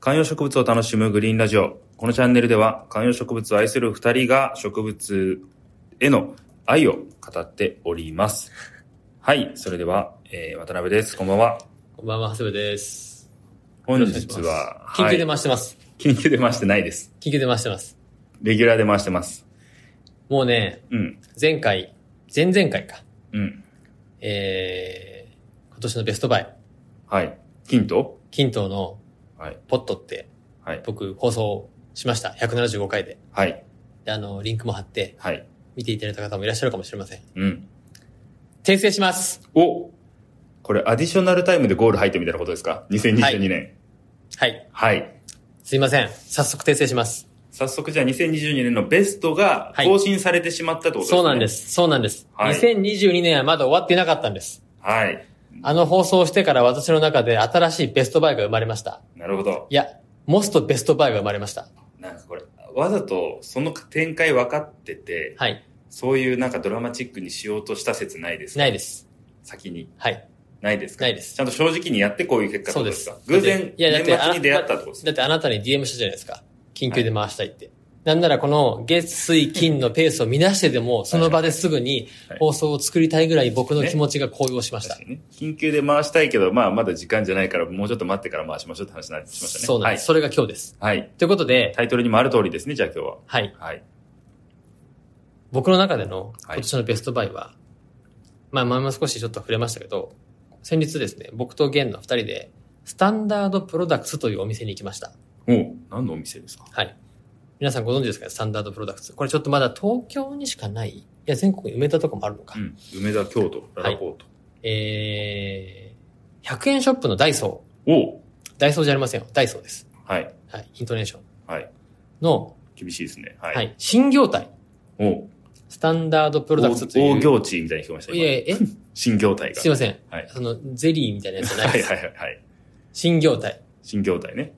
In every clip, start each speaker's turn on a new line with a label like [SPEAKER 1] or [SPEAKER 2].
[SPEAKER 1] 観葉植物を楽しむグリーンラジオ。このチャンネルでは観葉植物を愛する二人が植物への愛を語っております。はい、それでは、えー渡辺です。こんばんは。
[SPEAKER 2] こんばんは、長谷部です。
[SPEAKER 1] 本
[SPEAKER 2] よろしく
[SPEAKER 1] 日
[SPEAKER 2] お願
[SPEAKER 1] は、
[SPEAKER 2] いします緊急
[SPEAKER 1] はい
[SPEAKER 2] で回してます。
[SPEAKER 1] 緊急で回してないです。
[SPEAKER 2] 緊急で回してます。
[SPEAKER 1] レギュラーで回してます。
[SPEAKER 2] もうね、
[SPEAKER 1] うん、
[SPEAKER 2] 前回、前々回か。
[SPEAKER 1] うん。
[SPEAKER 2] えー、今年のベストバイ、
[SPEAKER 1] はい。金と
[SPEAKER 2] 金刀の
[SPEAKER 1] はい。
[SPEAKER 2] ポットって
[SPEAKER 1] はい。
[SPEAKER 2] 僕放送しました。175回で。
[SPEAKER 1] はい。
[SPEAKER 2] で、あの、リンクも貼って
[SPEAKER 1] はい。
[SPEAKER 2] 見ていただいた方もいらっしゃるかもしれません。
[SPEAKER 1] うん。
[SPEAKER 2] 訂正します
[SPEAKER 1] おこれ、アディショナルタイムでゴール入ってみたいなことですか ?2022 年。
[SPEAKER 2] はい。
[SPEAKER 1] はい
[SPEAKER 2] すいません。早速訂正します。
[SPEAKER 1] 早速じゃあ2022年のベストが
[SPEAKER 2] はい
[SPEAKER 1] 更新されてしまったってことですね、
[SPEAKER 2] そうなんで。す。そうなんです。
[SPEAKER 1] はい
[SPEAKER 2] 2022年はまだ終わっていなかったんです。
[SPEAKER 1] はい。
[SPEAKER 2] あの放送をしてから私の中で新しいベストバイが生まれました。
[SPEAKER 1] なるほど。
[SPEAKER 2] いや、モストベストバイが生まれました。
[SPEAKER 1] なんかこれ、わざとその展開分かってて、
[SPEAKER 2] はい。
[SPEAKER 1] そういうなんかドラマチックにしようとした説ないですか
[SPEAKER 2] ないです。
[SPEAKER 1] 先に。
[SPEAKER 2] はい。
[SPEAKER 1] ないですか
[SPEAKER 2] ないです
[SPEAKER 1] ちゃんと正直にやってこういう結果って
[SPEAKER 2] そ
[SPEAKER 1] こ
[SPEAKER 2] う
[SPEAKER 1] と
[SPEAKER 2] で
[SPEAKER 1] です
[SPEAKER 2] す
[SPEAKER 1] か。偶
[SPEAKER 2] だっ
[SPEAKER 1] 然
[SPEAKER 2] て、いやだ
[SPEAKER 1] 年
[SPEAKER 2] って
[SPEAKER 1] 末に出会ったってことです
[SPEAKER 2] だってあなたに DM したじゃないですか。緊急で回したいって。なんならこの月水金のペースを見なしてでも、その場ですぐに
[SPEAKER 1] はい
[SPEAKER 2] 放送を作りたいぐらい僕の気持ちが高揚しました。
[SPEAKER 1] 確かにね。緊急で回したいけど、まあまだ時間じゃないから、もうちょっと待ってから回しましょうって話になりましたね。
[SPEAKER 2] そうなんです、それが今日です。
[SPEAKER 1] はい。はい。
[SPEAKER 2] ということで、
[SPEAKER 1] タイトルにもある通りですね、じゃあ今日は。
[SPEAKER 2] はい。
[SPEAKER 1] はい。
[SPEAKER 2] 僕の中での
[SPEAKER 1] は
[SPEAKER 2] 今
[SPEAKER 1] い
[SPEAKER 2] 年のベストバイは、まあ前も少しちょっと触れましたけど、先日ですね、僕とゲンの二人で、スタンダードプロダクツというお店に行きました。
[SPEAKER 1] おう何のお店ですか
[SPEAKER 2] はい。皆さんご存知ですかねスタンダードプロダクツ。これちょっとまだ東京にしかない。いや、全国に梅田とかもあるのか。
[SPEAKER 1] うん。梅田京都、ララポート。
[SPEAKER 2] えー、100円ショップのダイソ
[SPEAKER 1] おう
[SPEAKER 2] ー。ダイソーじゃありませんよ。ダイソーです。
[SPEAKER 1] はい。
[SPEAKER 2] はい。イントネーション
[SPEAKER 1] はい。
[SPEAKER 2] の、
[SPEAKER 1] 厳しいですね。
[SPEAKER 2] は、
[SPEAKER 1] はいい。
[SPEAKER 2] 新業態。
[SPEAKER 1] おう
[SPEAKER 2] スタンダードプロダクツという。
[SPEAKER 1] 大業地みたいに聞こえました
[SPEAKER 2] い
[SPEAKER 1] 今
[SPEAKER 2] や。え、
[SPEAKER 1] 新業態が。
[SPEAKER 2] すいません。
[SPEAKER 1] はい
[SPEAKER 2] その、ゼリーみたいなやつじゃない
[SPEAKER 1] は
[SPEAKER 2] で
[SPEAKER 1] い
[SPEAKER 2] す。
[SPEAKER 1] はいはいはい。
[SPEAKER 2] 新業態
[SPEAKER 1] 新業態ね。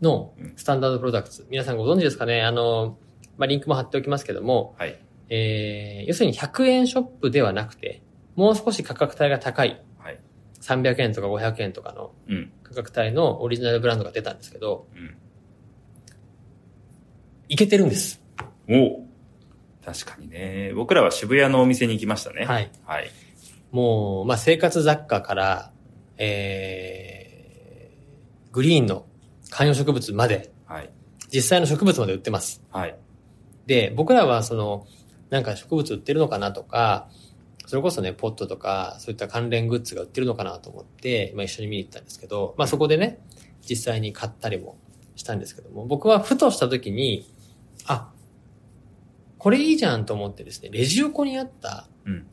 [SPEAKER 2] の
[SPEAKER 1] うん
[SPEAKER 2] スタンダードプロダクツ。皆さんご存知ですかねあの、まあ、リンクも貼っておきますけども、
[SPEAKER 1] はい。
[SPEAKER 2] えー、要するに100円ショップではなくて、もう少し価格帯が高い、
[SPEAKER 1] はい。
[SPEAKER 2] 300円とか500円とかの
[SPEAKER 1] うん。
[SPEAKER 2] 価格帯のオリジナルブランドが出たんですけど、
[SPEAKER 1] う
[SPEAKER 2] いけてるんです。
[SPEAKER 1] ん。おう確かにね。僕らは渋谷のお店に行きましたね。。
[SPEAKER 2] はいい。
[SPEAKER 1] はい。
[SPEAKER 2] もう、まあ、生活雑貨から、えー、グリーンの観葉植物まで、
[SPEAKER 1] はい。
[SPEAKER 2] 実際の植物まで売ってます。
[SPEAKER 1] はい。
[SPEAKER 2] で、僕らはその、なんか植物売ってるのかなとか、それこそね、ポットとか、そういった関連グッズが売ってるのかなと思って、まあ一緒に見に行ったんですけど、まあそこでね、実際に買ったりもしたんですけども、僕はふとした時に、あ、これいいじゃんと思ってですね、レジ横にあった
[SPEAKER 1] うん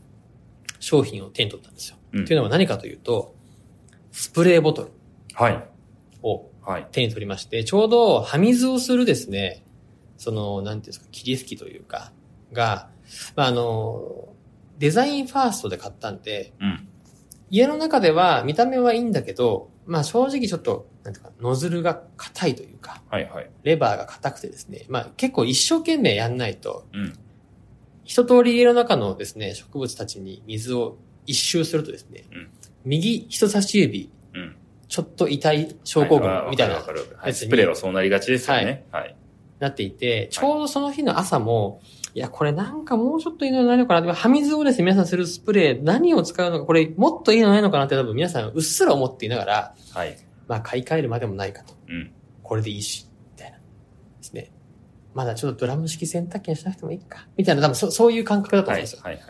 [SPEAKER 2] 商品を手に取ったんですよ。
[SPEAKER 1] うん
[SPEAKER 2] というのは何かというと、スプレーボトル
[SPEAKER 1] はい。
[SPEAKER 2] を
[SPEAKER 1] はい。
[SPEAKER 2] 手に取りまして、ちょうど葉水をするですね、その、なんていうんですか、霧吹きというか、が、まあ、あの、デザインファーストで買ったんで、
[SPEAKER 1] うん。
[SPEAKER 2] 家の中では見た目はいいんだけど、まあ、正直ちょっと、なんていうか、ノズルが硬いというか、
[SPEAKER 1] はいはい。
[SPEAKER 2] レバーが硬くてですね、まあ、結構一生懸命やんないと、
[SPEAKER 1] うん。
[SPEAKER 2] 一通り家の中のですね、植物たちに水を一周するとですね、
[SPEAKER 1] うん
[SPEAKER 2] 右人差し指、
[SPEAKER 1] うん。
[SPEAKER 2] ちょっと痛い症候群みたいな
[SPEAKER 1] わかるわかるはい
[SPEAKER 2] やつに
[SPEAKER 1] スプレーはそうなりがちですよね。はい。
[SPEAKER 2] なっていて、ちょうどその日の朝も、いや、これなんかもうちょっといいのないのかなでも、葉水をですね、皆さんするスプレー、何を使うのか、これもっといいのないのかなって多分皆さんうっすら思っていながら、
[SPEAKER 1] はい。
[SPEAKER 2] まあ買い替えるまでもないかと。
[SPEAKER 1] うん。
[SPEAKER 2] これでいいし、みたいな。ですね。まだちょっとドラム式洗濯機にしなくてもいいか。みたいな、多分そそういう感覚だと
[SPEAKER 1] はい。はい
[SPEAKER 2] 思うんですよ。
[SPEAKER 1] はいはい。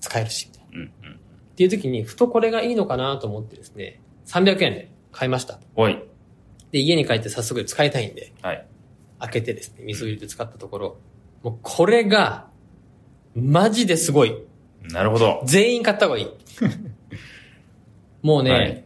[SPEAKER 2] 使えるし、みたい
[SPEAKER 1] う
[SPEAKER 2] な。
[SPEAKER 1] ん。うん。
[SPEAKER 2] っていう時に、ふとこれがいいのかなと思ってですね、300円で買いました。
[SPEAKER 1] おい。
[SPEAKER 2] で、家に帰って早速使いたいんで、
[SPEAKER 1] はい。
[SPEAKER 2] 開けてですね、水を入れて使ったところ、もうこれが、マジですごい。
[SPEAKER 1] なるほど。
[SPEAKER 2] 全員買った方 がいい。もうね、
[SPEAKER 1] はい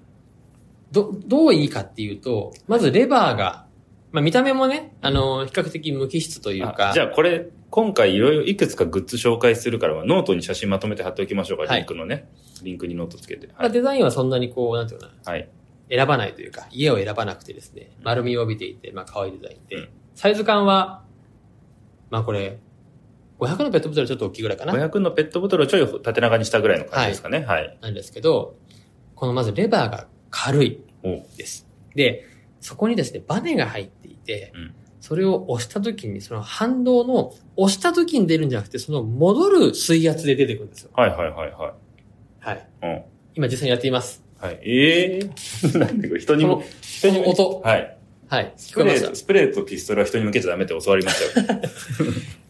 [SPEAKER 2] ど、どういいかっていうと、まずレバーが、まあ見た目もね、あの、比較的無機質という
[SPEAKER 1] あ
[SPEAKER 2] か、
[SPEAKER 1] じゃあこれ、今回いろいろいくつかグッズ紹介するからは、ノートに写真まとめて貼っておきましょうか、
[SPEAKER 2] はい
[SPEAKER 1] リンクのね。リンクにノートつけて。
[SPEAKER 2] ま
[SPEAKER 1] は
[SPEAKER 2] あ
[SPEAKER 1] い。
[SPEAKER 2] デザインはそんなにこう、なんていうかな、
[SPEAKER 1] はい。
[SPEAKER 2] 選ばないというか、家を選ばなくてですね、丸みを帯びていて、まあ可愛いデザインで、
[SPEAKER 1] うん
[SPEAKER 2] サイズ感は、まあこれ、500のペットボトルちょっと大きいぐらいかな。
[SPEAKER 1] 500のペットボトルをちょい縦長にしたぐらいの感じですかね。はい。
[SPEAKER 2] なんですけど、このまずレバーが軽い
[SPEAKER 1] おう
[SPEAKER 2] です。で、そこにですね、バネが入っていて、
[SPEAKER 1] うん
[SPEAKER 2] それを押した時に、その反動の押した時に出るんじゃなくて、その戻る水圧で出てくるんですよ。
[SPEAKER 1] はいはいはいは
[SPEAKER 2] はい。
[SPEAKER 1] い。うん。
[SPEAKER 2] 今実際にやっています。
[SPEAKER 1] はい。ええー。 なんでこれ人に
[SPEAKER 2] こ
[SPEAKER 1] も
[SPEAKER 2] の、、
[SPEAKER 1] 人に
[SPEAKER 2] この音
[SPEAKER 1] はい。
[SPEAKER 2] はい。
[SPEAKER 1] ス
[SPEAKER 2] 聞
[SPEAKER 1] プ
[SPEAKER 2] こえま
[SPEAKER 1] レ
[SPEAKER 2] した
[SPEAKER 1] ー、。スプレーとピストルは人に向けちゃダメって教わりました よ。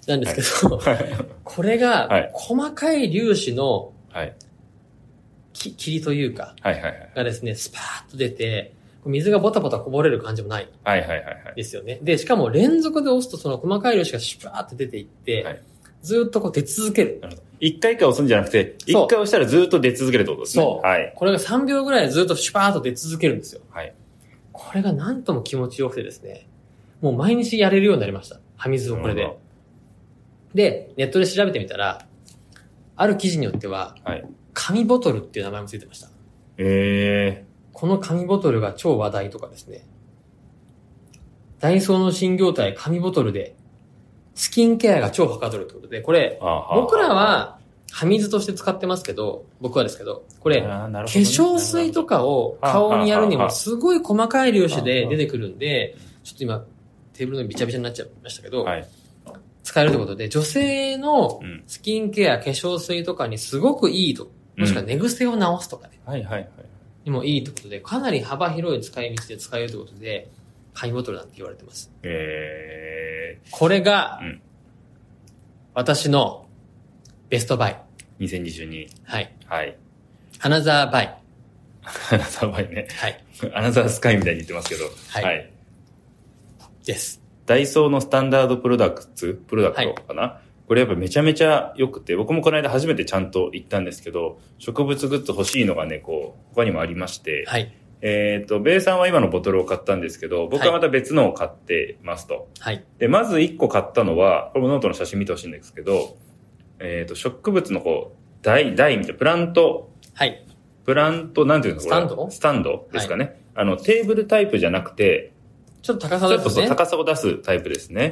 [SPEAKER 2] なんですけど、
[SPEAKER 1] はい。
[SPEAKER 2] これ
[SPEAKER 1] はい
[SPEAKER 2] が、細かい粒子の
[SPEAKER 1] はい。
[SPEAKER 2] き霧というか、
[SPEAKER 1] はいはいはい。
[SPEAKER 2] がですね、スパーッと出て、水がボタボタこぼれる感じもない
[SPEAKER 1] はいはいはいはい。
[SPEAKER 2] ですよね。で、しかも連続で押すとその細かい粒子がシュパーッと出ていって、
[SPEAKER 1] はい
[SPEAKER 2] ずーっとこう出続ける。
[SPEAKER 1] なるほど。一回一回押すんじゃなくて、一
[SPEAKER 2] そう
[SPEAKER 1] 回押したらずっと出続けるってことですね。
[SPEAKER 2] そう
[SPEAKER 1] はい。
[SPEAKER 2] これが3秒ぐらいずっとシュパーッと出続けるんですよ。
[SPEAKER 1] はい。
[SPEAKER 2] これがなんとも気持ちよくてですね、もう毎日やれるようになりました。ハミズをこ
[SPEAKER 1] な
[SPEAKER 2] れ
[SPEAKER 1] る
[SPEAKER 2] で
[SPEAKER 1] ほ。
[SPEAKER 2] で、ネットで調べてみたら、ある記事によっては、
[SPEAKER 1] はい
[SPEAKER 2] 紙ボトルっていう名前もついてました。
[SPEAKER 1] え
[SPEAKER 2] この紙ボトルが超話題とかですね。ダイソーの新業態紙ボトルで、スキンケアが超はかどるってことで、これ
[SPEAKER 1] え、ー。あー
[SPEAKER 2] 僕ら、は、ハミズとして使ってますけど、僕はですけど、こ
[SPEAKER 1] こ
[SPEAKER 2] れ、化粧水とかを顔にやるにもすごい細かい粒子で出てくるんで、ちょっと今、テーブルのびちゃびちゃになっちゃいましたけど、
[SPEAKER 1] はい。
[SPEAKER 2] 使えるってことで、女性の
[SPEAKER 1] うん
[SPEAKER 2] スキンケア、化粧水とかにすごくいいと。もしくは寝癖を直すとかね。
[SPEAKER 1] はいはいはい。
[SPEAKER 2] にもいいってことで、かなり幅広い使い道で使えるってことで、ハイボトルなんて言われてます。
[SPEAKER 1] え
[SPEAKER 2] これが、
[SPEAKER 1] うん
[SPEAKER 2] 私のベストバイ。
[SPEAKER 1] ー、2022。
[SPEAKER 2] はい。
[SPEAKER 1] はい。
[SPEAKER 2] アナザーバイ。
[SPEAKER 1] アナザーバイね。
[SPEAKER 2] はい。
[SPEAKER 1] アナザースカイみたいに言ってますけど。
[SPEAKER 2] はい
[SPEAKER 1] はい。
[SPEAKER 2] です。
[SPEAKER 1] ダイソーのスタンダードプロダクツ、プロダクトかな、これやっぱめちゃめちゃ良くて、僕もこの間初めてちゃんと行ったんですけど、植物グッズ欲しいのがね、こう、他にもありまして、
[SPEAKER 2] はい。
[SPEAKER 1] えっ、と、ベイさんは今のボトルを買ったんですけど、僕はまた別のを買ってますと。
[SPEAKER 2] はい。
[SPEAKER 1] で、まず1個買ったのは、これもノートの写真見てほしいんですけど、えっ、と、植物のこう、台、台みたいな、プラント、
[SPEAKER 2] はい。
[SPEAKER 1] プラント、なんていうんですかこれ
[SPEAKER 2] スタンド
[SPEAKER 1] スタンドですかね。あの、テーブルタイプじゃなくて、
[SPEAKER 2] ちょっと高さ
[SPEAKER 1] ち
[SPEAKER 2] で
[SPEAKER 1] ょっと
[SPEAKER 2] す
[SPEAKER 1] そう
[SPEAKER 2] ね。
[SPEAKER 1] 高さを出すタイプですね。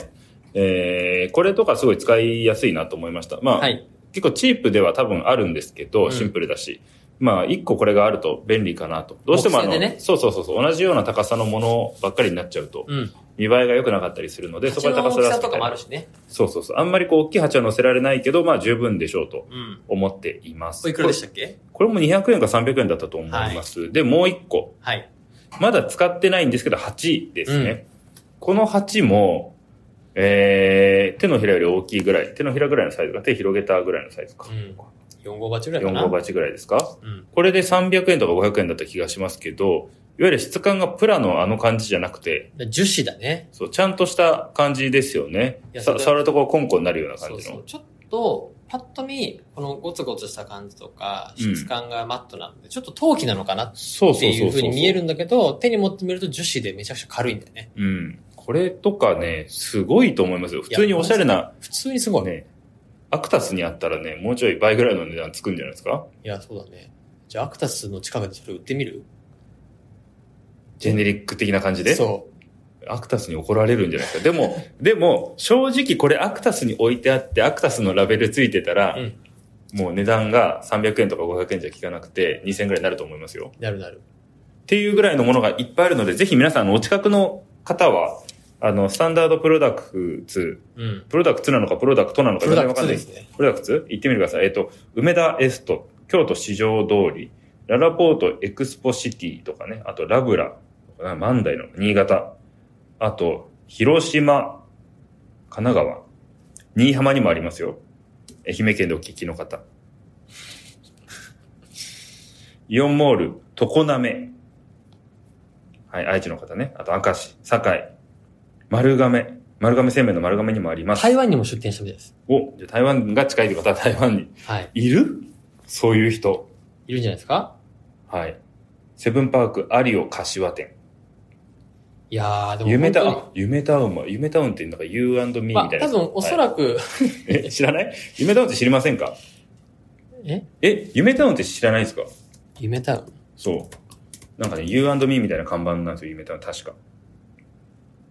[SPEAKER 1] えー、これとかすごい使いやすいなと思いました。まあ、
[SPEAKER 2] はい。
[SPEAKER 1] 結構チープでは多分あるんですけ
[SPEAKER 2] う
[SPEAKER 1] ど、
[SPEAKER 2] ん
[SPEAKER 1] シンプルだし。まあ、一個これがあると便利かなと。どうしてもあの、
[SPEAKER 2] 木製でね
[SPEAKER 1] そうそうそうそう、同じような高さのものばっかりになっちゃうと、
[SPEAKER 2] うん。
[SPEAKER 1] 見栄えが良くなかったりするので、そこは
[SPEAKER 2] の
[SPEAKER 1] 高
[SPEAKER 2] 大
[SPEAKER 1] さ出
[SPEAKER 2] き
[SPEAKER 1] す
[SPEAKER 2] さ
[SPEAKER 1] み
[SPEAKER 2] と
[SPEAKER 1] た
[SPEAKER 2] か
[SPEAKER 1] い
[SPEAKER 2] もあ
[SPEAKER 1] な
[SPEAKER 2] る。しね。
[SPEAKER 1] そうそうそう。あんまりこう、大きい鉢は乗せられないけど、まあ、十分でしょうと
[SPEAKER 2] うん。
[SPEAKER 1] 思っています。
[SPEAKER 2] おいくらでしたっけ
[SPEAKER 1] これこれも200円か300円だったと思います。で、もう一個。
[SPEAKER 2] はい。
[SPEAKER 1] まだ使ってないんですけど、8ですね。この8も、えー、手のひらより大きいぐらい。手のひらぐらいのサイズか。手広げたぐらいのサイズか
[SPEAKER 2] う。ん。4号鉢ぐらいか
[SPEAKER 1] 4
[SPEAKER 2] な。
[SPEAKER 1] 号鉢ぐらいですか。
[SPEAKER 2] うん。
[SPEAKER 1] これで300円とか500円だった気がしますけど、いわゆる質感がプラのあの感じじゃなくて、
[SPEAKER 2] 樹脂だね。
[SPEAKER 1] そう、ちゃんとした感じですよね。
[SPEAKER 2] いやそ
[SPEAKER 1] さ
[SPEAKER 2] れ
[SPEAKER 1] 触るとこうコンコンになるような
[SPEAKER 2] そ
[SPEAKER 1] 感
[SPEAKER 2] う
[SPEAKER 1] じ
[SPEAKER 2] そう
[SPEAKER 1] の。。
[SPEAKER 2] ちょっと、パッと見、このゴツゴツした感じとか、
[SPEAKER 1] うん
[SPEAKER 2] 質感がマットなので、ちょっと陶器なのかな
[SPEAKER 1] そう
[SPEAKER 2] っ
[SPEAKER 1] そ
[SPEAKER 2] て
[SPEAKER 1] う
[SPEAKER 2] い
[SPEAKER 1] そううそ
[SPEAKER 2] 風
[SPEAKER 1] う。
[SPEAKER 2] に見えるんだけど、手に持ってみると樹脂でめちゃくちゃ軽いんだよね。
[SPEAKER 1] うん。これとかね、すごいと思いますよ。普通におしゃれな、
[SPEAKER 2] 普通にすごい。
[SPEAKER 1] ね、アクタスにあったらね、もうちょい倍ぐらいの値段つくんじゃないですか
[SPEAKER 2] いや、そうだね。じゃあ、アクタスの近くでそれ売ってみる
[SPEAKER 1] ジェネリック的な感じで。
[SPEAKER 2] そ
[SPEAKER 1] アクタスに怒られるんじゃないですか。で も、でも、正直これアクタスに置いてあって、アクタスのラベルついてたら、
[SPEAKER 2] うん
[SPEAKER 1] もう値段が300円とか500円じゃ効かなくて、2000円ぐらいになると思いますよ。
[SPEAKER 2] う。なるなる。
[SPEAKER 1] っていうぐらいのものがいっぱいあるので、ぜひ皆さん、あのお近くの方は、あの、スタンダードプロダクツ、
[SPEAKER 2] うん。
[SPEAKER 1] プロダクツなのかプロダクトなのか
[SPEAKER 2] プロダクツ
[SPEAKER 1] 全然わかんない
[SPEAKER 2] ですね。
[SPEAKER 1] プロダクツ行ってみてください。えっと、梅田エスト、京都市場通り、ララポートエクスポシティとかね、あとラブラ、あ万代の新潟、あと、広島、神奈川、新居浜にもありますよ。愛媛県でお聞きの方。イオンモール、常滑。はい、愛知の方ね。あと、明石、堺、丸亀、丸亀製麺の丸亀にもあります。
[SPEAKER 2] 台湾にも出店したみたいです。
[SPEAKER 1] お、じゃあ台湾が近いって方は台湾に
[SPEAKER 2] はい。
[SPEAKER 1] いるそういう人。
[SPEAKER 2] いるんじゃないですか
[SPEAKER 1] はい。セブンパークアリオ柏店。
[SPEAKER 2] いやー、でも
[SPEAKER 1] 夢
[SPEAKER 2] 本
[SPEAKER 1] タ
[SPEAKER 2] 当
[SPEAKER 1] ウ
[SPEAKER 2] に。
[SPEAKER 1] ン、夢タウンも、夢タウンってなんか U&Me み
[SPEAKER 2] ま
[SPEAKER 1] た
[SPEAKER 2] あ、
[SPEAKER 1] いな。
[SPEAKER 2] 多分、おそらく、
[SPEAKER 1] え、知らない夢タウンって知りませんか
[SPEAKER 2] え
[SPEAKER 1] え、夢タウンって知らないですか
[SPEAKER 2] 夢タウン
[SPEAKER 1] そう。なんかね、U&Me みたいな看板なんですよ、夢タウン。確か。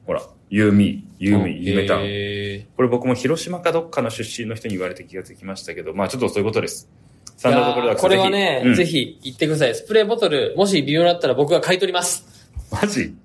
[SPEAKER 1] ほら、ユーミー、ユーミー、夢タウン。
[SPEAKER 2] へ
[SPEAKER 1] これ僕も広島かどっかの出身の人に言われて気がつきましたけど、まあちょっとそういうことです。サ
[SPEAKER 2] ー
[SPEAKER 1] ン
[SPEAKER 2] い
[SPEAKER 1] ダードプロダ
[SPEAKER 2] やー
[SPEAKER 1] ク
[SPEAKER 2] こ
[SPEAKER 1] ト
[SPEAKER 2] れはね、
[SPEAKER 1] うん
[SPEAKER 2] ぜひ行ってください。スプレーボトル、もし微妙だったら僕が買い取ります。
[SPEAKER 1] マジ